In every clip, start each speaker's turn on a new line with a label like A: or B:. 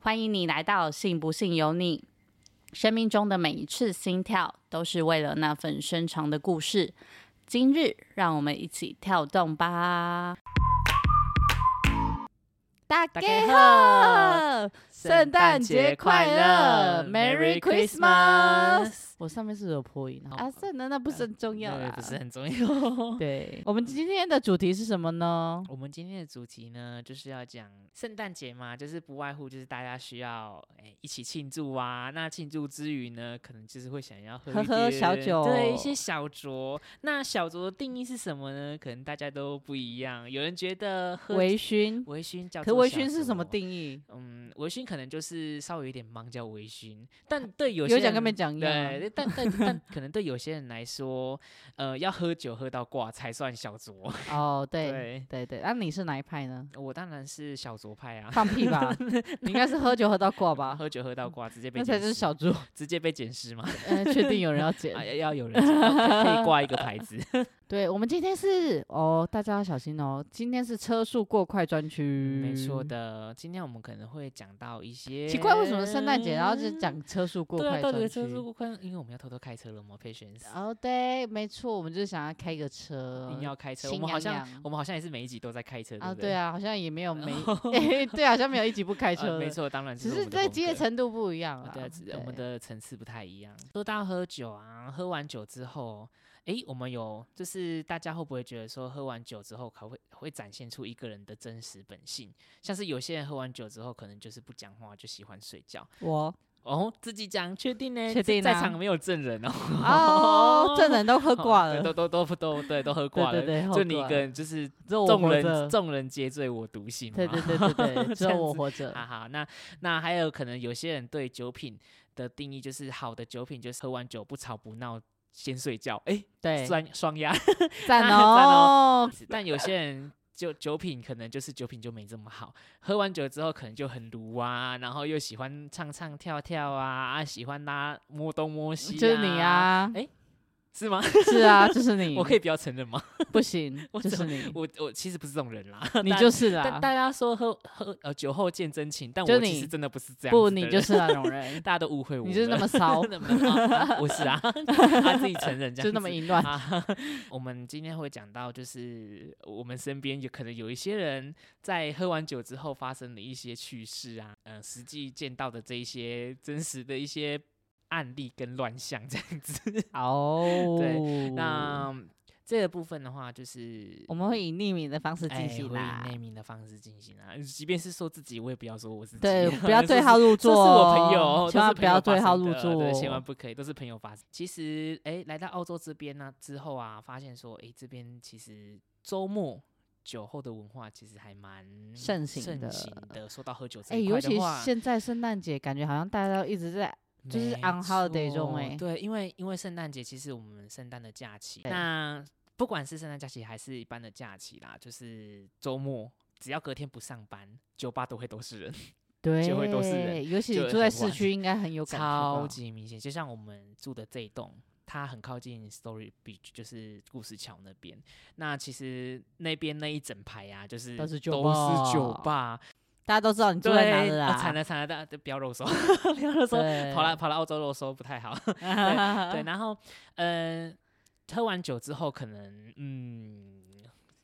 A: 欢迎你来到《信不信由你》。生命中的每一次心跳，都是为了那份深长的故事。今日，让我们一起跳动吧！
B: 大
A: 大
B: 家好，圣诞节快乐
A: ，Merry
B: ，Merry
A: Christmas！
B: Christmas！
A: 我上面是有破音
B: 啊，算了，那不是很重
A: 啊
B: 要
C: 那
B: 啦
C: 也。不 是很重要。
B: 对，我们今天的主题是什么呢？
C: 我们今天的主题呢，就是要讲圣诞节嘛，就是不外乎就是大家需要哎、一起庆祝啊。那庆祝之余呢，可能就是会想要喝
B: 喝
C: 一
B: 喝小
C: 点
B: 酒
C: 对一些小酌。那小酌的定义是什么呢？可能大家都不一样。有人觉得喝
B: 微醺。
C: 微醺叫
B: 可
C: 做
B: 微
C: 小
B: 醺是什么
C: 酌？
B: 定义？
C: 嗯，微醺可能就是稍微有点忙叫微醺，但对有
B: 有
C: 些
B: 讲跟
C: 人
B: 没讲一样啊。
C: 对，但但 但可能对有些人来说，呃，要喝酒喝到挂才算小酌。
B: 哦，对
C: 对，
B: 对对，那你是哪一派呢？
C: 我当然是小酌派啊，
B: 放屁 吧！你应该是喝酒喝到挂吧？
C: 喝酒喝到挂，直接
B: 嗯
C: 被
B: 那才
C: 捡
B: 是
C: 尸，
B: 小 猪。
C: 直接被捡尸嘛，
B: 呃，确定有人要剪
C: 啊、。要要有 人捡到可以挂一个牌子。
B: 对，我们今天是哦，大家要小心哦。今天是车速过快专区，
C: 没错。的，今天我们可能会讲到一些
B: 嗯奇怪，为什么圣诞节然后就讲车速过
C: 对啊，
B: 快
C: 到
B: 专
C: 底
B: 区
C: 车？速过快，因为我们要偷偷开车了嘛，patience。
B: 哦，对，没错，我们就是想要开个车
C: 硬。要开车，我
B: 心
C: 们好
B: 痒
C: 像
B: 痒
C: 我们好像也是每一集都在开车，
B: 啊，
C: 不
B: 对
C: 对？
B: 啊，好像也没有 没，诶对，啊好像没有一集不开
C: 开
B: 车
C: 呃没
B: 的，
C: 错，当然这
B: 只
C: 我
B: 是
C: 们的
B: 在
C: 风
B: 激烈
C: 格
B: 程度不一样
C: 啊
B: 啦。
C: 对啊，只我们
B: 对
C: 的层次不太一样。说到喝酒啊，喝完酒之后，诶，我们有就是大家会不会觉得说，喝完酒之后可会会展现出一个人的真实本性？像是有些人喝完酒之后，可能就是不讲话，就喜欢睡觉。
B: 我
C: 哦，自己讲，确定呢？
B: 确
C: 这
B: 定
C: 在
B: 啊
C: 场没有证人哦。
B: 哦，证人都 喝挂 了，
C: 哦对都都都都对，都喝挂
B: 对
C: 了。
B: 对，
C: 就你一个人，就是
B: 只哦有我
C: 众
B: 活
C: 人
B: 着
C: 众人皆醉我独醒嘛。
B: 对对对对对，只
C: 这
B: 有
C: 样
B: 我
C: 子
B: 活着。
C: 哈哈，那那还有可能有些人对酒品的定义就是好的酒品就是喝完酒不吵不闹先睡觉，哎、
B: 对，
C: 双双压。
B: 赞
C: 赞
B: 哦，
C: 但有些人就酒品可能就是酒品就没这么好，喝完酒之后可能就很撸啊，然后又喜欢唱唱跳跳啊，啊喜欢拉摸东摸西、
B: 就是你，啊，
C: 是吗？
B: 是啊，就是你。
C: 我可以不要承认吗？
B: 不行，
C: 我
B: 就
C: 怎
B: 是你，
C: 我我其实不是这种人啦，
B: 你
C: 大
B: 就。是啦
C: 但，大家说喝喝呃酒后见真情，但
B: 啊就
C: 我其
B: 你
C: 实真的不是这样
B: 不，
C: 子的
B: 你
C: 人
B: 就是那种人，
C: 大家都误会我了，
B: 你就是那么骚，
C: 那么、啊 我是 啊，他自己承认这样，
B: 就那么。淫乱。
C: 啊， 我们今天会讲到，就是我们身边有可能有一些人在喝完酒之后发生的一些趣事啊，嗯、实际见到的这一些真实的一些案例跟乱象这样 子。
B: 哦，
C: 那这个部分的话，就是
B: 我们会以匿名的方式
C: 哎
B: 进行
C: 会以
B: 啦。
C: 内名的方式进行啊，即便是说自己，我也不要说我自己，
B: 对，不要
C: 就
B: 对
C: 是
B: 号入
C: 这
B: 座
C: 是我朋友
B: 哦，
C: 哦，
B: 千
C: 都
B: 万
C: 是
B: 不
C: 朋友
B: 要对
C: 发
B: 号
C: 生
B: 入
C: 的
B: 座
C: 对，
B: 哦，
C: 千万不可以，都是朋友发生。其实，哎，来到澳洲这边呢、之后啊，发现说，哎，这边其实周末酒后的文化其实还蛮
B: 盛行的
C: 盛行的。说到喝酒这
B: 哎，
C: 一块
B: 尤其
C: 的话，
B: 现在圣诞节，感觉好像大家都一直在就是
C: 没
B: on holiday 中
C: 错
B: 哎
C: 对，因为因为圣诞节其实我们圣诞的假期，
B: 对
C: 那不管是圣诞假期还是一般的假期啦，就是周末。只要隔天不上班，酒吧都会都是人，
B: 对
C: 就会都是人，
B: 尤其
C: 就
B: 你
C: 会
B: 住在
C: 很
B: 市
C: 晚
B: 区，应该很有感觉吧
C: 超。级明显。就像我们住的这一栋，它很靠近 Story Beach，就是故事桥那边。那其实那边那一整排啊，就是
B: 都是酒
C: 都是酒
B: 吧
C: 吧。
B: 大家都知道你住在哪
C: 对，
B: 了
C: 啊
B: 啦，
C: 惨了惨了，大家不要肉搜，不要肉搜，
B: 对啊
C: 跑来跑来澳洲肉搜不太好。 对，然后呃，喝完酒之后，可能嗯。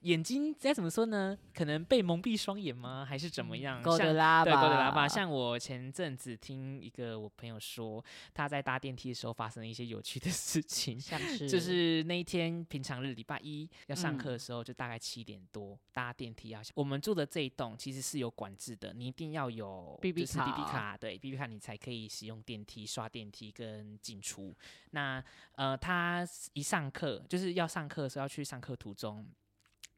C: 眼睛该怎么说呢？可能被蒙蔽双眼吗？还是怎么样？
B: 嗯够
C: 像
B: 的啦
C: 对，
B: 吧，
C: 哥德拉巴。像我前阵子听一个我朋友说，他在搭电梯的时候发生了一些有趣的 事情。
B: 像是
C: 就是那一天平常日礼拜一要上
B: 嗯
C: 课的时候，就大概七点多搭电梯要下。我们住的这一栋其实是有管制的，你一定要有
B: BB
C: 就是 BB
B: 卡
C: 卡，对 BB 卡你才可以使用电梯、刷电梯跟进出。那呃，他一上课就是要上课的时候要去上课途中。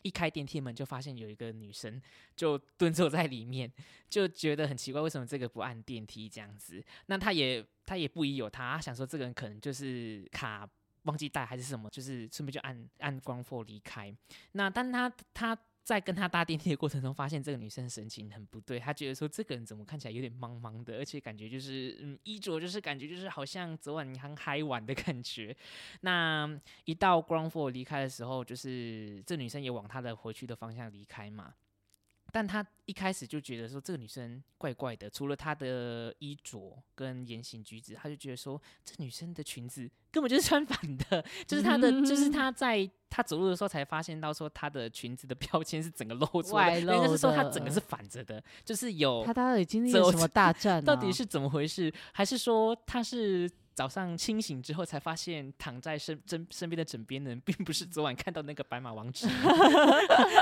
C: 一开电梯门就发现有一个女生就蹲坐在里面，就觉得很奇怪，为什么这个不按电梯这样子？那他也他也不疑有他，他想说这个人可能就是卡忘记带还是什么，就是顺便就按按光 f 离开。那但他他在跟他搭电梯的过程中，发现这个女生神情很不对，他觉得说这个人怎么看起来有点茫茫的，而且感觉就是嗯衣着就是感觉就是好像昨晚刚嗨完的感觉。那一到 ground floor 离开的时候，就是这女生也往她的回去的方向离开嘛。但他一开始就觉得说这个女生怪怪的，除了她的衣着跟言行举止，他就觉得说这女生的裙子根本就是穿反的，就是她的，
B: 嗯
C: 就是她在她走路的时候才发现到说她的裙子的标签是整个露出来
B: 外
C: 的，应该是说她
B: 露
C: 整个
B: 的
C: 是反着的，就是有
B: 他到底经历
C: 走
B: 了什么大战、啊？
C: 到底是怎么回事？还是说他是早上清醒之后才发现躺在身身身边的枕边人，并不是昨晚看到那个白马王子，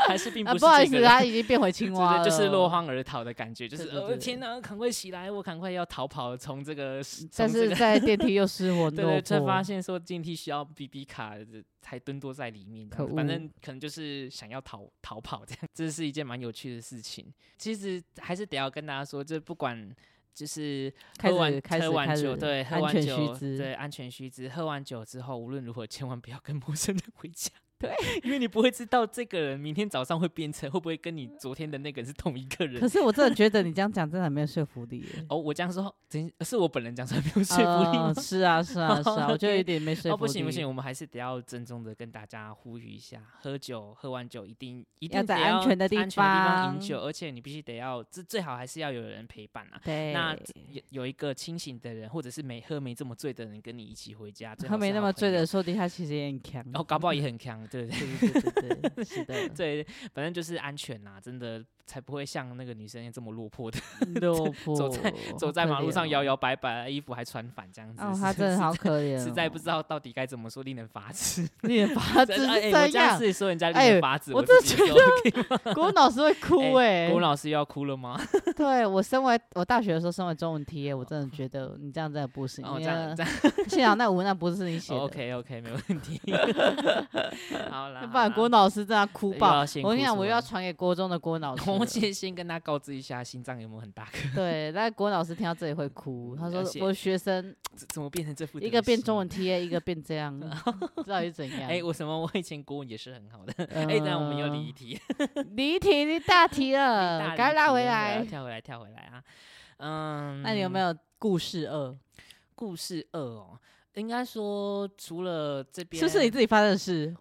C: 还是并
B: 啊？
C: 不是、这
B: 不好意
C: 个
B: 思，
C: 人
B: 他已经变回青蛙
C: 对
B: 了，
C: 对就是落荒而逃的感 觉，就是
B: 对对
C: 呃
B: 对
C: 天哪，赶快起来，我赶快要逃跑，从这个，从
B: 嗯但
C: 这
B: 是
C: 个
B: 在电梯又失魂
C: 对
B: 落魄。
C: 对，才发现说电梯需要 B B 卡，这还蹲多在里面这样
B: 可
C: 子，反
B: 恶
C: 正可能就是想要逃逃跑这样， 这是一件蛮有趣的事情。其实还是得要跟大家说，这不管就是
B: 开
C: 喝
B: 始
C: 完
B: 开始开
C: 喝完
B: 始
C: 酒，对，喝
B: 安
C: 完
B: 全须
C: 酒，
B: 知
C: 对，安全须知。喝完酒之后，无论如何，千万不要跟陌生人回 家。对，因为你不会知道这个人明天早上会变成会不会跟你昨天的那个人是同一个人
B: 可。是我真的觉得你这样讲真的很没有说服力耶。
C: 哦，我这样说，真是我本人讲出来没有说服力吗
B: 呃？是啊，是啊，是啊，我觉得
C: OK
B: 有点没说服力。
C: 哦，不行不行，，我们还是得要郑重的跟大家呼吁一下，喝酒喝完酒一定一定
B: 要在
C: 得
B: 安全的地
C: 安全的地方饮
B: 方
C: 酒，而且你必须得要最最好还是要有人陪伴啊。
B: 对，
C: 那有有一个清醒的人，或者是没喝没这么醉的人跟你一起回家，最
B: 他
C: 好
B: 没
C: 是
B: 那
C: 好
B: 么
C: 朋
B: 醉
C: 友
B: 的，时候，底下其实也很强。
C: 然后搞不好也很强，对不
B: 对
C: 对？，
B: 对对对对，是的
C: 对，反正就是安全呐、真的才不会像那个女生这么落 魄的，
B: 落魄，
C: 走在走
B: 哦好
C: 在
B: 可
C: 马路上
B: 怜
C: 摇
B: 哦。
C: 摇摆摆，衣服还穿反这样子。
B: 哦，
C: 是
B: 他真的好可怜、哦，
C: 实在不知道到底该怎么说，令人发指。
B: 你的发质
C: 这
B: 是
C: 哎、我
B: 这
C: 这样
B: 样，
C: 是说人家令
B: 哎
C: 人发指，
B: 我
C: 自
B: 真
C: 己
B: 的
C: 也说 OK
B: 国文老 师会哭哎、
C: 国文老师要哭了吗？
B: 对我身为我大学的时候身为中文 T A，我真的觉得你这样真的不行。
C: 哦，
B: 你
C: 这 样这样、
B: 幸好那文案不是你写的。
C: 哦、，OK OK，没问题。好啦，
B: 要不
C: 好
B: 然
C: 啦
B: 国文老师真的要哭
C: 啊又
B: 爆
C: 要！先
B: 我跟
C: 哭
B: 你讲，
C: 出
B: 我又要
C: 来
B: 传给国中的国文老师
C: 我
B: 了。
C: 先先跟他告知一下，心脏有没有很大颗？
B: 对，那国文老师听到这里会哭， 他说
C: 而且
B: 我学生
C: 怎怎么变成这副德行？
B: 一个变 中文 T A，一个变这样，到底怎样？
C: 哎、我什么？我以前国文也是很好的。
B: 哎
C: 哎、那我们又离题，
B: 嗯离题，离大题了，
C: 大
B: 赶快
C: 离
B: 嗯拉
C: 题
B: 回
C: 了
B: 来。
C: 跳回来，跳回来啊！嗯，
B: 那你有没有故事二？
C: 故事二哦？应该说，除了这边，
B: 是不是你自己发生的事？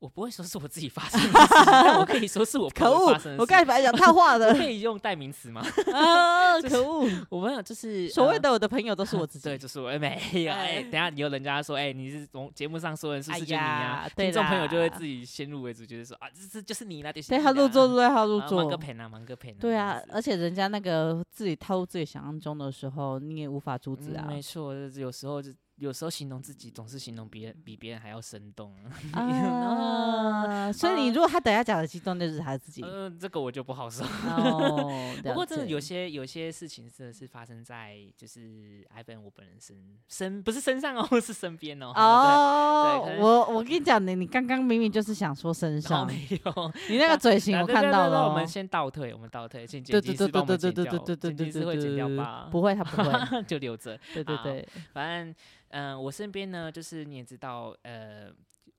C: 我不会说是我自己发生的事，但我可以说是我朋
B: 可
C: 友
B: 恶
C: 发生！的
B: 我
C: 事
B: 刚。才本来讲套话
C: 我
B: 的，
C: 可以用代名词 吗？
B: 啊，
C: 这
B: 可恶！
C: 我朋友就是
B: 所
C: 呃
B: 谓的我的朋友都是我自己。
C: 嗯对，就是我哎没有哎、
B: 哎
C: 等一下以后人家说哎、你是从节目上说的是不
B: 哎
C: 是就你啊？
B: 呀
C: 听
B: 对
C: 众朋友就会
B: 啦
C: 自己先入为主，觉得说啊，这这就是你啦，就是
B: 对
C: 你
B: 他入
C: 啦
B: 座，对他入
C: 啊忙个
B: 座。
C: 陪啊，忙个陪啊，
B: 对
C: 这样
B: 啊
C: 子，
B: 而且人家那个自己套入自己想象中的时候，你也无法阻止
C: 嗯
B: 啊。
C: 没错，就是有时候就有时候形容自己总是形容别人比别人还要生动。
B: 啊，所以你
C: 啊
B: 如果他等一下讲的激动，那就是他自己。
C: 嗯、这个我就不好说。
B: 哦，
C: 不过真的
B: 了
C: 有
B: 解
C: 些有些事情真的是发生在就是 Ivan 我本人身身不是身上哦，是身边哦。对
B: 哦
C: 对可能，
B: 我我跟你讲，你你刚刚明明就是想说身
C: 然后
B: 上，
C: 没有，
B: 你那个嘴型
C: 啊
B: 我
C: 对
B: 看
C: 对
B: 到
C: 对
B: 了
C: 对
B: 哦。
C: 我们先倒退，我们倒退，请
B: 对对
C: 剪辑
B: 对
C: 师帮
B: 对
C: 我们
B: 对对
C: 剪
B: 对
C: 掉
B: 对对，对对
C: 剪辑师
B: 对，
C: 会剪掉
B: 对
C: 吧？
B: 哦不会，他不 会。
C: 就留着。
B: 对对
C: 好
B: 对，
C: 反正，嗯、我身边呢，就是你也知道，呃，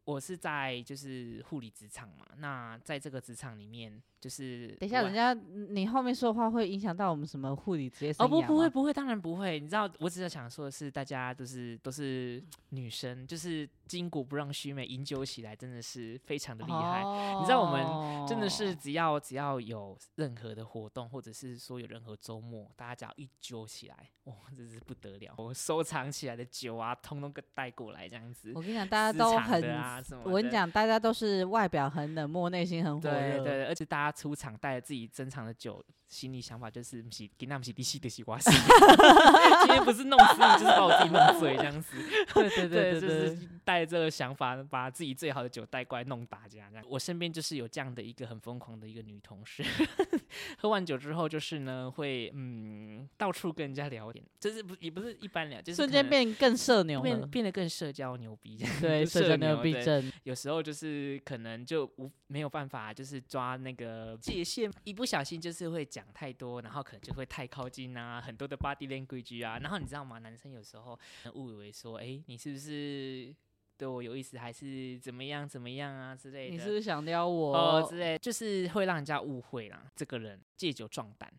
C: 我是在就是护理职场嘛。那在这个职场里面，就是
B: 等一下，
C: 我
B: 人家嗯你后面说的话会影响到我们什么护理职业生
C: 哦
B: 涯吗？
C: 不不会不会，当然不会。你知道，我只是想说的是，大家都是都是女生，就是筋骨不让须眉，饮酒起来真的是非常的厉害。你知道我们真的是
B: 哦
C: 只要只要有任何的活动，或者是说有任何周末，大家只要一揪起来，哇，真是不得了！我收藏起来的酒啊，通通给带过来这样子。
B: 我跟你讲，大家
C: 私
B: 都
C: 藏的
B: 很，
C: 啊什么
B: 我跟你
C: 的
B: 讲，大家都是外表很冷漠，内心很火
C: 对
B: 热。
C: 对，对，而且大家出场带着自己珍藏的酒，心里想法就是不是给那不是利息的西瓜 今天不是弄死你，就是把我自己弄醉这样子。
B: 对对
C: 对
B: 对
C: 就是
B: 对，
C: 带着这个想法，把自己最好的酒带过来弄大家。这样，我身边就是有这样的一个很疯狂的一个女同事， 喝完酒之后就是呢，会嗯到处跟人家聊天，就是不也不是一般聊，就是
B: 瞬
C: 可
B: 间
C: 能
B: 变更社牛
C: 变
B: 了。
C: 变得更社交牛逼这样，
B: 对，
C: 就
B: 社
C: 社
B: 交牛逼
C: 对
B: 症。
C: 有时候就是可能就无没有办法，就是抓那个界限，一不小心就是会讲太多，然后可能就会太靠近啊，很多的 body language 啊，然后你知道吗？男生有时候误以为说，哎、你是不是对我有意思，还是怎么样怎么样啊之类的，
B: 你是不是想撩
C: 哦
B: 我
C: 之？类，就是会让人家误会啦，这个人借酒壮胆。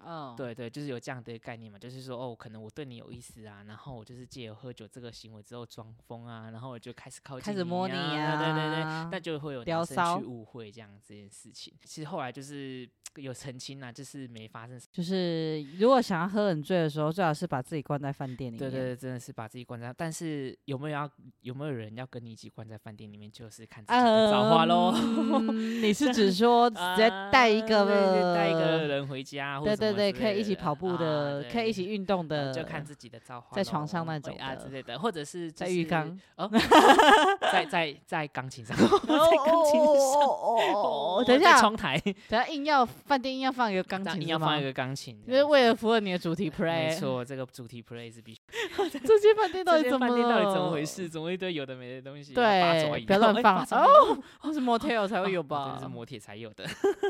B: 嗯，
C: 对对，就是有这样的概念嘛，就是说哦，可能我对你有意思啊，然后我就是借由喝酒这个行为之后装疯啊，然后我就开始靠近
A: 开始摸
C: 你
A: 你
C: 啊，对对对，
A: 啊
C: 那就会有
A: 聊
C: 男
A: 骚
C: 生去误会这样这件事情。其实后来就是有澄清啊，就是没发生什么。
B: 就是如果想要喝很醉的时候，最好是把自己关在饭店里
C: 对
B: 面。
C: 对对，真的是把自己关在，但是有没有要有没有人要跟你一起关在饭店里面，就是看自己的造化喽。
B: 嗯你是指说 直接带一
C: 啊对
B: 个
C: 对带一 个人回家，或
B: 对
C: 者
B: 对
C: 什么
B: 对，
C: 之
B: 可以
C: 类
B: 一起
C: 的
B: 跑步的，
C: 啊
B: 可以一
C: 对
B: 起运动的，
C: 就看自己的造化咯，
B: 在床上那种
C: 哎啊
B: 的
C: 之类的，或者是就
B: 在浴
C: 是
B: 缸，
C: 哦， 在在在钢琴上， 在钢琴上。
B: 哦等一
C: 在
B: 下，
C: 窗台，
B: 等一下硬要饭店硬要放一个钢琴，
C: 要放一
B: 个，
C: 个钢琴，
B: 就是为了符合你的主题
C: 没
B: play。
C: 错，这个主题 play 是必须。
B: 这些饭店到
C: 这
B: 底
C: 间
B: 怎么
C: 饭店到底怎么回
B: 了
C: 事？怎么一堆有的没的东西？八爪
B: 对，
C: 鱼
B: 不要乱 放
C: 八爪鱼
B: 哦，那是 motel 才会有
C: 真
B: 吧
C: 的是？磨铁才有的。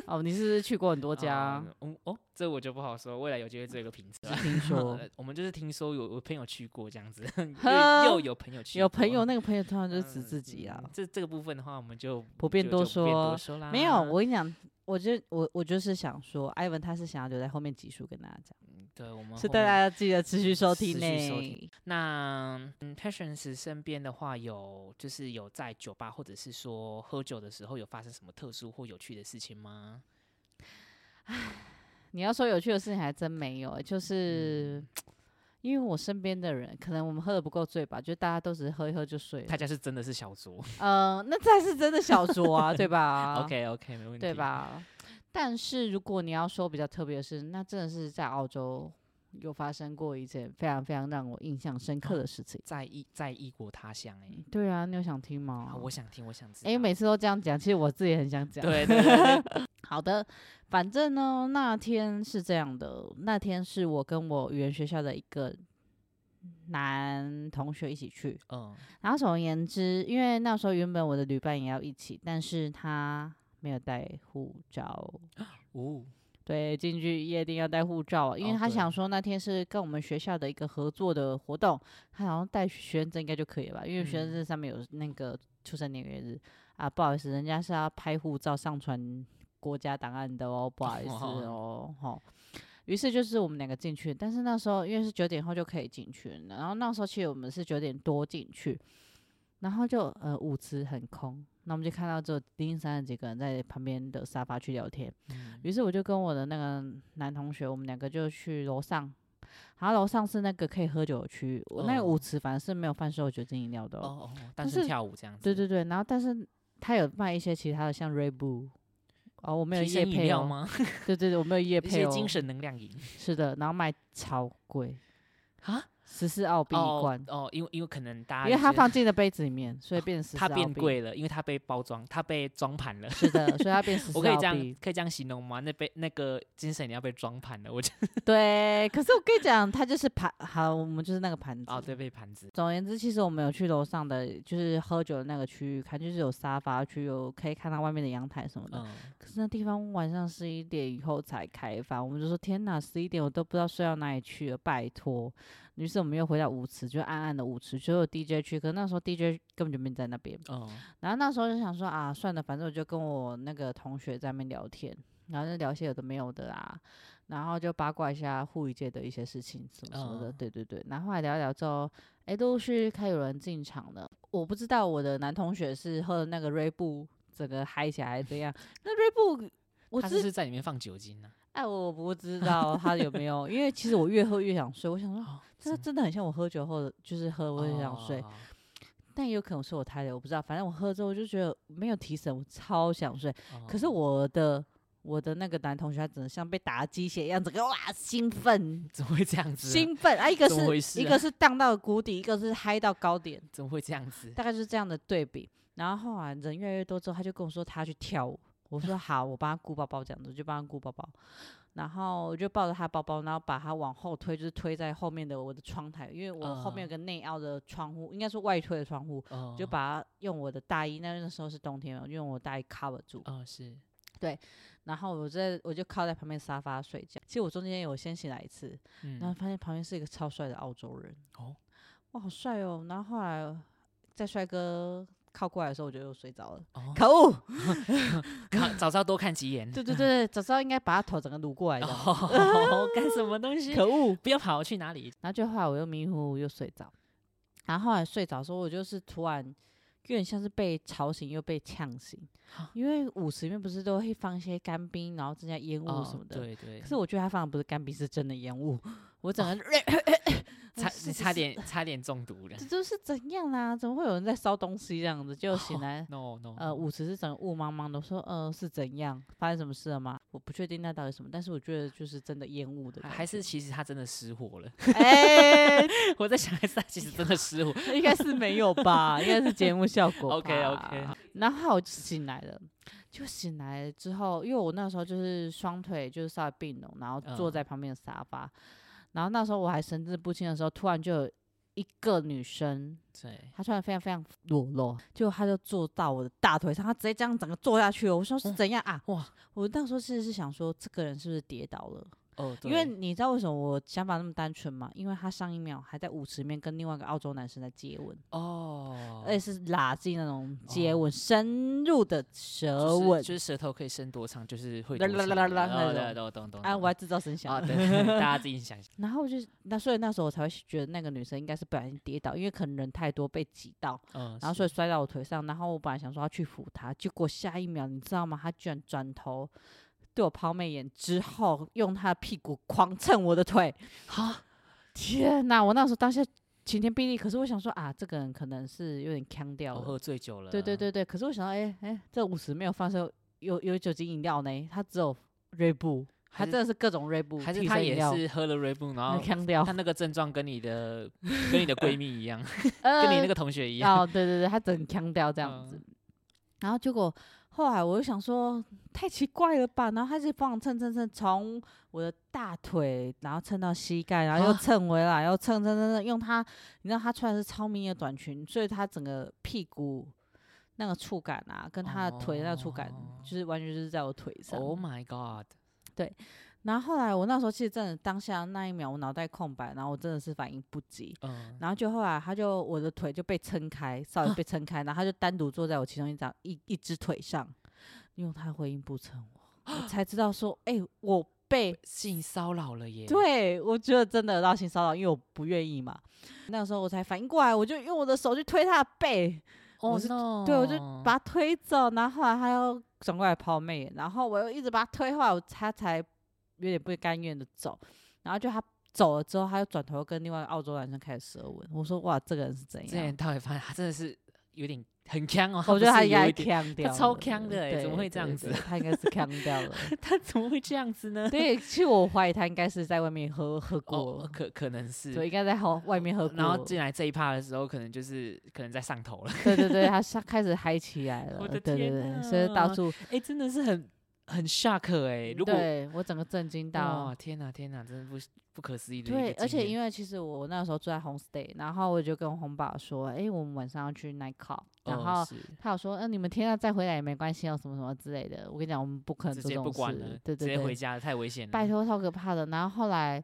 B: 哦，你是不是去过很多
C: 我
B: 家？
C: 嗯哦，这我就不好说，未来有机会做一个评测。啊
B: 听说
C: 我们就是听说有我朋友去过这样子，
B: 呵
C: 又又有朋友去过，
B: 有朋友那个朋友通常就是指
C: 嗯
B: 自己啊
C: 嗯，这这个部分的话，我们就
B: 不便
C: 就
B: 多
C: 就不便
B: 说
C: 多说啦。
B: 没有，我跟你讲，我就我我就是想说，艾文他是想要留在后面集数跟大家讲，
C: 对我们
B: 所以
C: 后
B: 大
C: 面
B: 家记得持续收听
C: 持续收听
B: 呢。
C: 那嗯，Patience 身边的话有就是有在酒吧或者是说喝酒的时候有发生什么特殊或有趣的事情吗？
B: 你要说有趣的事情还真没有欸，
C: 嗯
B: 就是。因为我身边的人，可能我们喝的不够醉吧，就大家都只是喝一喝就睡
C: 他
B: 了。
C: 家是真的是小酌、
B: 嗯、那才是真的小酌啊，对吧
C: o k OK 没问题，
B: 对？吧？但是如果你要说比较特别的事，那真的是在澳洲有发生过一件非常非常让我印象深刻的
C: 嗯
B: 事情。
C: 在异在异国他乡哎、欸
B: 对啊，你有想听吗
C: 好？我想听，我想知道。
B: 哎、每次都这样讲，其实我自己也很想讲。
C: 对对对对
B: 好的，反正呢，那天是这样的，那天是我跟我语言学校的一个男同学一起去。
C: 嗯，
B: 然后总而言之，因为那时候原本我的旅伴也要一起，但是他没有带护照。
C: 哦，
B: 对，进去夜店要带护照，因为
C: 哦
B: 他
C: 对
B: 想说那天是跟我们学校的一个合作的活动，他好像带学生证应该就可以了吧？因为学生
C: 嗯
B: 证上面有那个出生年月日啊，不好意思，人家是要拍护照上传国家档案的哦，不好意思
C: 哦
B: 哦，吼。于是就是我们两个进去，但是那时候因为是九点后就可以进去，然后那时候其实我们是九点多进去，然后就呃舞池很空，那我们就看到只有零零散散几个人在旁边的沙发去聊天。
C: 嗯
B: 于是我就跟我的那个男同学，我们两个就去楼上，然后楼上是那个可以喝酒的区域，我那个
C: 哦
B: 舞池反正是没有贩售酒精饮料的、
C: 哦
B: 哦。
C: 哦，哦单
B: 是
C: 纯跳舞这样子，
B: 对对对，然后但是他有卖一些其他的，像 Red Bull。哦，我没有
C: 提神
B: 夜
C: 饮
B: 配
C: 料
B: 哦，
C: 吗？
B: 对对对，我没有夜
C: 一
B: 配
C: 些
B: 哦，
C: 精神能量饮
B: 是的，然后卖超贵，
C: 啊？
B: 十四澳币一罐
C: 哦，哦，因为因为可能大家
B: 因为
C: 就
B: 它
C: 是
B: 放进了杯子里面，所以变十四
C: 它
B: 澳
C: 变
B: 币，
C: 贵了，因为它被包装，它被装盘了。
B: 是的，所以它变 十四
C: 我可以这
B: 澳
C: 样
B: 币。
C: 可以这样形容吗？那被那个精神饮料被装盘了，我就
B: 对，可是我跟你讲，它就是盘，好，我们就是那个盘子。
C: 哦， 对，被盘子。
B: 总而言之，其实我们有去楼上的，就是喝酒的那个区域看，就是有沙发区，有可以看到外面的阳台什么的。
C: 嗯，
B: 可是那地方晚上十一点以后才开放，我们就说天哪，十一点我都不知道睡到哪里去了，拜托。于是我们又回到舞池，就暗暗的舞池，就有 DJ 区，可是那时候 DJ 根本就没在那边。
C: 哦，
B: 然后那时候就想说啊，算了，反正我就跟我那个同学在那边聊天，然后就聊一些有的没有的啊，然后就八卦一下护理界的一些事情什么什么的，
C: 嗯
B: 对对对。然后后来聊一聊之后，哎，陆续开始有人进场了。我不知道我的男同学是喝那个瑞布整个嗨起来还是怎样，那瑞布。我
C: 他是不
B: 只
C: 是在里面放酒精呢？
B: 哎，我不知道他有没有，因为其实我越喝越想睡。我想 说，
C: 哦，
B: 这真的很像我喝酒后的，就是喝我
C: 我
B: 也想睡。
C: 哦
B: 但也有可能是我太累，我不知道。反正我喝之后我就觉得没有提神，我超想睡。可
C: 哦
B: 是我的我的那个男同学，他真的像被打鸡血一样，整个哇兴奋
C: 怎么会这样子啊？
B: 兴奋啊！一个
C: 怎么回
B: 是、
C: 事
B: 一
C: 啊
B: 个是荡到谷底，一个是嗨到高点，
C: 怎么会这样子？
B: 大概就是这样的对比。然后后来人越来越多之后，他就跟我说他要去跳舞。我说好，我帮他顾包包，这样子我就帮他顾包包。然后我就抱着他包包，然后把他往后推，就是推在后面的我的窗台，因为我后面有
C: 嗯
B: 个内凹的窗户，应该说外推的窗户。
C: 哦，
B: 就把它用我的大衣，那那时候是冬天嘛，我就用我大衣 cover 住，
C: 哦是
B: 然后我在我就靠在旁边沙发睡觉。其实我中间有先醒来一次，
C: 嗯
B: 然后发现旁边是一个超帅的澳洲人，
C: 哦
B: 哇，好帅哦！然后后来在帅哥靠过来的时候，我就又睡着了。
C: 哦，
B: 可恶！
C: 靠 早知道多看几眼。
B: 对对对，早知道应该把他头整个撸过来的。
C: 哦，干什么东西？
B: 可恶！
C: 不要跑去哪里？
B: 然后就后来我又迷迷糊糊又睡着，然后后来睡着的时候，我就是突然有点像是被吵醒又被呛醒，
C: 啊
B: 因为舞池里面不是都会放一些干冰，然后增加烟雾
C: 哦
B: 什么的。
C: 对对
B: 可，是我觉得他放的不是干冰，是真的烟雾。我整个、
C: 哦 差
B: 是
C: 你
B: 是
C: 差
B: 是
C: 点差点中毒了
B: 这。 就是怎样啦、怎么会有人在烧东西这样子？就
C: 哦
B: 醒来
C: No no，
B: 呃，
C: no
B: 舞池是整个雾茫茫的，我说呃是怎样发生什么事了吗？我不确定那到底什么，但是我觉得就是真的烟雾的
C: 还
B: 感觉，
C: 还是其实他真的失火了。
B: 哎、
C: 我在想，还 是他其实真的失火。
B: 应该是没有吧，应该是节目效果吧。
C: OK，OK
B: 然后我就醒来了，就醒来了之后，因为我那时候就是双腿就是稍微并拢，然后坐
C: 嗯
B: 在旁边的沙发，然后那时候我还神志不清的时候，突然就有一个女生
C: 对，
B: 她穿的非常非常裸露，结果她就坐到我的大腿上，她直接这样整个坐下去了。我说是
C: 哦
B: 怎样啊？
C: 哇，
B: 我那时候其实是想说，这个人是不是跌倒了？
C: 哦，
B: 因为
C: 对
B: 你知道为什么我想法那么单纯吗？因为她上一秒还在舞池里面跟另外一个澳洲男生在接吻，
C: 哦，
B: 而且是拉近那种接
C: 哦
B: 吻、深入的舌
C: 就是
B: 吻。
C: 就是舌头可以伸多长，就是会
B: 啦
C: 多
B: 啦
C: 长
B: 啦啦啦
C: 哦
B: 那种
C: 对懂懂懂。
B: 啊，
C: 懂
B: 我还制造声响
C: 啊，，对， 大家自己想。
B: 然后我就那，所以那时候我才会觉得那个女生应该是不小心跌倒，因为可能人太多被挤到，
C: 嗯，
B: 然后所以
C: 以
B: 摔到我腿上。然后我本来想说要去扶她，结果下一秒你知道吗？她居然转头对我抛媚眼之后，用她的屁股狂蹭我的腿。
C: 哈，
B: 天哪！我那时候当下晴天霹雳，可是我想说啊，这个人可能是有点腔掉
C: 我
B: 了，
C: 哦喝醉酒了。
B: 对对对对，可是我想到，哎、哎、这五十没有放售有有酒精饮料呢，它只有锐步，它
C: 还
B: 真
C: 是
B: 的是各种锐步，
C: 还是
B: 替
C: 他
B: 身
C: 也
B: 饮料
C: 是喝了 r e b o 然
B: 很
C: 后
B: 强调
C: 他，那个症状跟你的 跟你的闺蜜一样，
B: 呃
C: 跟你那个同学一样。
B: 哦，对对对，它整强调这样
C: 嗯
B: 子。然后结果后来我就想说，太奇怪了吧？然后他就帮我蹭蹭蹭，从我的大腿，然后蹭到膝盖，然后又
C: 啊
B: 蹭回来，又蹭蹭蹭蹭，用他，你知道他穿的是超迷你的短裙，所以他整个屁股那个触感啊，跟他的腿那个触感，
C: 哦
B: 就是完全就是在我腿上。
C: Oh my god！
B: 然后后来我那时候其实真的当下那一秒，我脑袋空白，然后我真的是反应不及。
C: 嗯，
B: 然后就后来他就我的腿就被撑开，稍微
C: 啊
B: 被撑开，然后他就单独坐在我其中一张一一只腿上，用他的回应不撑我，我才知道说，哎、我被
C: 性骚扰了耶。
B: 对我觉得真的有到性骚扰，因为我不愿意嘛。那个时候我才反应过来，我就用我的手去推他的背，
C: 哦
B: 我
C: no，
B: 是对我就把他推走，然后后来他又转过来抛媚眼，然后我又一直把他推，后来我他才有点不甘愿的走，然后就他。走了之后，他又转头跟另外一个澳洲男生开始舌吻。我说：“哇，这个人是怎
C: 这
B: 样
C: 人？”到底发现他真的是有点很强哦。
B: 啊我觉得他
C: 不是
B: 应
C: 有
B: 该
C: 一点，
B: 呛掉了，
C: 超呛的欸
B: 对
C: 怎么会这样
B: 对
C: 子
B: 对他应该是呛掉 了。
C: 他怎么会这样子呢？
B: 对，其实我怀疑他应该是在外面喝喝过
C: 哦
B: 了，，
C: 可可能是哦
B: 对，。应该在好外面喝过。
C: 然后进来这一趴的时候，可能就是可能在上 头了。
B: 对对对，他上开始嗨起来了，
C: 我的
B: 对对
C: 天
B: 对，所以到
C: 哪
B: 处，
C: 哎，真的是很很 shock 哎。如果
B: 对我整个震惊欸 到
C: 哇，。天哪天哪，真的不不可思议的一个经
B: 对，
C: 验。
B: 而且因为其实我那时候住在 homestay，然后我就跟红宝说，诶，我们晚上要去 night club，然后
C: 哦是
B: 他有说，嗯、你们天亮再回来也没关系哦，什么什么之类的。我跟你讲，我们不可能
C: 直
B: 做这
C: 接
B: 种
C: 不管
B: 事
C: 了，
B: 对对
C: 直接
B: 对
C: 回，家了太危险了。
B: 拜托，超可怕的。然后后来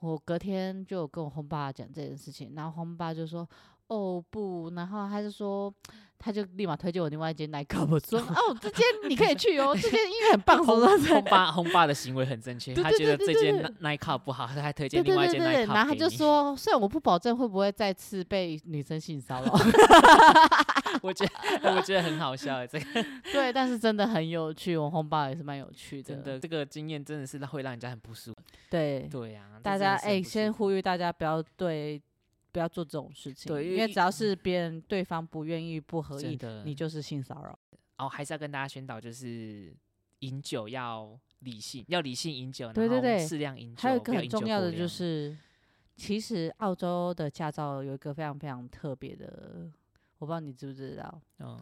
B: 我隔天就有跟我红爸讲这件事情，然后红爸就说：“哦不。”然后他就说，他就立马推荐我另外一间 night club，说：“ 哦，这间你可以去哦，这间音乐很 棒，什
C: 红
B: 么什么之类
C: 红
B: 的。
C: 爸红爸的行为很正确，
B: 对
C: 他
B: 对
C: 觉
B: 对
C: 得
B: 对
C: 这间
B: 对
C: night club 不好，他还推”
B: 对
C: 荐
B: 对
C: 另外一
B: 对对
C: 间 night
B: 对，
C: club。
B: 然后他就，说：“虽然我不保证会不会再次被女生性骚 扰，
C: 我 觉得我觉得很好笑欸，这个
B: 对，但是真的很有趣，我红爸也是蛮有趣的，
C: 真的这个经验真的是让会让人家很不舒服。
B: 对。
C: 对呀，这
B: 大
C: 真
B: 家
C: 的是很
B: 哎、
C: 不舒
B: 先
C: 服
B: 呼吁大家不要对，不要做这种事情，
C: 对因
B: 因
C: 为
B: 为
C: 一
B: 只要是别人对方不愿意、不合
C: 真
B: 意，
C: 的
B: 你就是性骚扰。
C: 哦，还是要跟大家宣导，就是饮酒要理性，要理性饮酒，然
B: 对对
C: 后
B: 对
C: 适量饮酒。
B: 还有一
C: 不
B: 个
C: 要
B: 很
C: 饮酒
B: 重要
C: 过
B: 的就
C: 量
B: 是，其实澳洲的驾照有一个非常非常特别的，我不知道你知不知道，
C: 嗯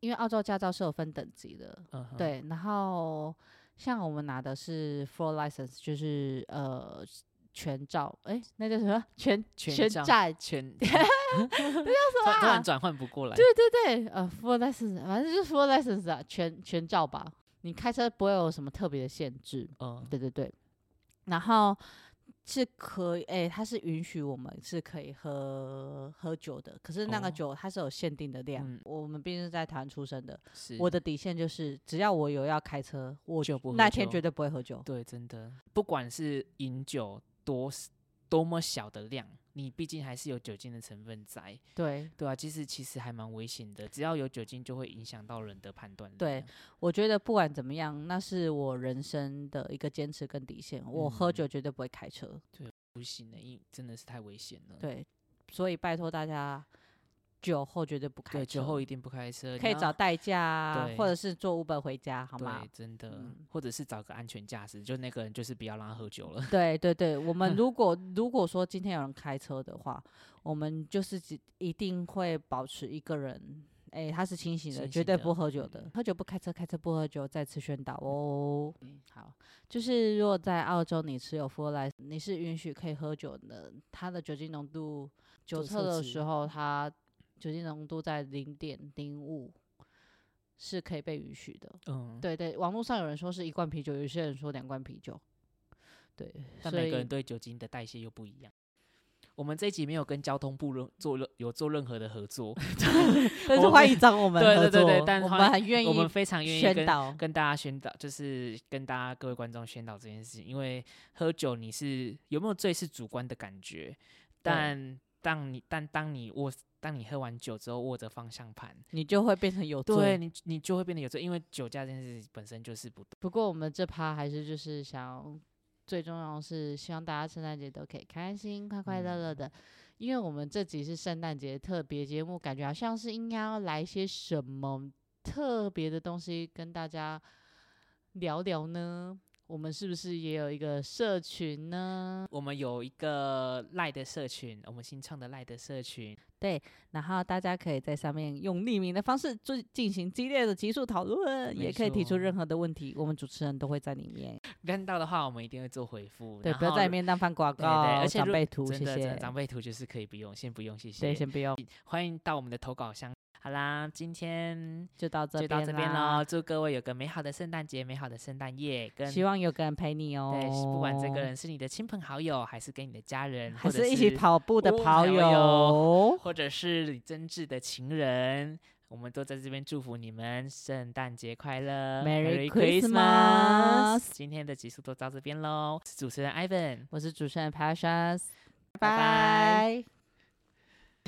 B: 因为澳洲驾照是有分等级的，
C: 嗯哼，
B: 对，然后像我们拿的是 full license，就是呃。全照，哎、那叫什么？全
C: 全照
B: 战，
C: 全这叫什么？突然转换不过来。
B: 啊对对对，呃，full license，反正就是 full license 啊，全全照吧。你开车不会有什么特别的限制，
C: 嗯，
B: 对对对。然后是可以，哎、它是允许我们是可以喝喝酒的，可是那
C: 哦
B: 个酒它是有限定的量。
C: 嗯
B: 我们毕竟是在台湾出生的，
C: 是
B: 我的底线就是只要我有要开车，我
C: 就不喝
B: 那天
C: 酒
B: 绝对不会喝酒。
C: 对，真的，不管是饮酒多 s- 多么小的量，你毕竟还是有酒精的成分在，
B: 对，
C: 对啊，其实其实还蛮危险的，只要有酒精就会影响到人的判断力
B: 对
C: 啊，
B: 我觉得不管怎么样，那是我人生的一个坚持跟底线。我喝
C: 嗯
B: 酒绝对不会开车。
C: 不行的，因真的是太危险了。
B: 对，所以拜托大家，酒后绝对不开
C: 对，
B: 车，
C: 酒后一定不开车，
B: 可
C: 你
B: 以
C: 要
B: 找代驾啊
C: 对，
B: 或者是坐 Uber 回家，好吗
C: 对，？真的，
B: 嗯
C: 或者是找个安全驾驶，就那个人就是不要让他喝酒 了。
B: 对对对，我
C: 嗯
B: 们如果如果说今天有人开车的话，我们就是只一定会保持一个人，哎、他是清醒的，
C: 清
B: 绝
C: 醒
B: 对
C: 的
B: 不喝酒的
C: 嗯，
B: 喝酒不开车，开车不喝酒，再次宣导哦。
C: 嗯
B: 好，就是如果在澳洲你持有 f u l i c e 你是允许可以喝酒的，它的酒精浓度，酒
C: 做
B: 测
C: 测
B: 的
C: 值嗯
B: 时候它酒精浓度在零点零五。是可以被允许的，
C: 嗯，，
B: 对对，网络上有人说是一罐啤酒，有些人说两罐啤酒，对，
C: 但
B: 所
C: 每
B: 以
C: 个人对酒精的代谢又不一样。我们这一集没有跟交通部任做任有做任何的合作，
B: 但是
C: 我
B: 欢
C: 们
B: 迎找我们
C: 对
B: 合
C: 对对对
B: 作
C: 但
B: 我
C: 欢
B: 们很愿
C: 我们
B: 意
C: 非常愿意
B: 宣
C: 跟
B: 导。
C: 跟大家宣导，就是跟大家各位观众宣导这件事情，因为喝酒你是有没有醉是主观的感觉，但当你但当你握当你喝完酒之后握着方向盘，
B: 你就会变成有
C: 对
B: 罪。
C: 你你就会变得有醉，因为酒驾这件事情本身就是不对。
B: 不过我们这趴还是就是想要，最重要的是希望大家圣诞节都可以开心、快快
C: 嗯
B: 乐乐的。因为我们这集是圣诞节特别节目，感觉好像是应该要来一些什么特别的东西跟大家聊聊呢？我们是不是也有一个社群呢？
C: 我们有一个赖的社群，我们新创的赖的社群，
B: 然后大家可以在上面用匿名的方式做进行激烈的集数讨论，
C: 没
B: 也可以提出
C: 错
B: 任何的问题，我们主持人都会在里面。
C: 看到的话我们一定会做回复。
B: 对，
C: 然
B: 不要
C: 后
B: 在里
C: 如。
B: 面浪翻广
C: 对对，而
B: 告、
C: 且
B: 长
C: 如
B: 辈图，
C: 真
B: 谢
C: 的真的
B: 谢。
C: 长辈图就是可以不用，先不用，谢
B: 对，
C: 谢。
B: 先不用，
C: 欢迎到我们的投稿箱。好啦，今天
B: 就到这
C: 就到这边
B: 啦
C: 喽，。祝各位有个美好的圣诞节，美好的圣诞夜，跟
B: 希望有个人陪你哦。
C: 对，不管这个人是你的亲朋好友，还是跟你的家人，
B: 还
C: 或者
B: 是一起，跑步的
C: 哦
B: 跑
C: 还有
B: 友，
C: 或者是你真挚的情人，我们都在这边祝福你们圣诞节快乐
B: Merry Christmas
C: 今天的集数都到这边喽，我是主持人 Ivan，
B: 我是主持人 Pasha，拜
C: 拜拜。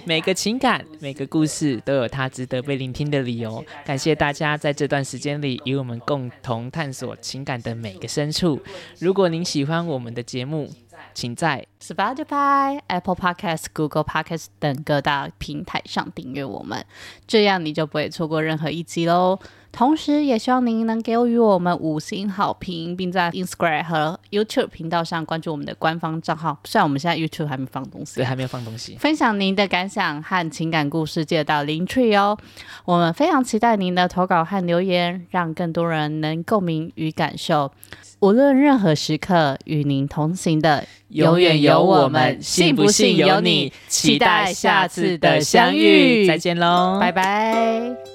C: 每个情感，每个故事都有它值得被聆听的理由。感谢大家在这段时间里与我们共同探索情感的每个深处。如果您喜欢我们的节目，请在
A: Spotify、Apple Podcast、Google Podcast 等各大平台上订阅我们，这样你就不会错过任何一集喽。同时，也希望您能给予我们五星好评，并在 Instagram 和 YouTube 频道上关注我们的官方账号。虽然我们现在 YouTube 还没放东西
C: 对，还没有放东西。
A: 分享您的感想和情感故事，记得到零 tree 哦。我们非常期待您的投稿和留言，让更多人能共鸣与感受。无论任何时刻，与您同行的永远有我们，信不信由你。期待下次的相遇
C: 再见喽，
A: 拜拜。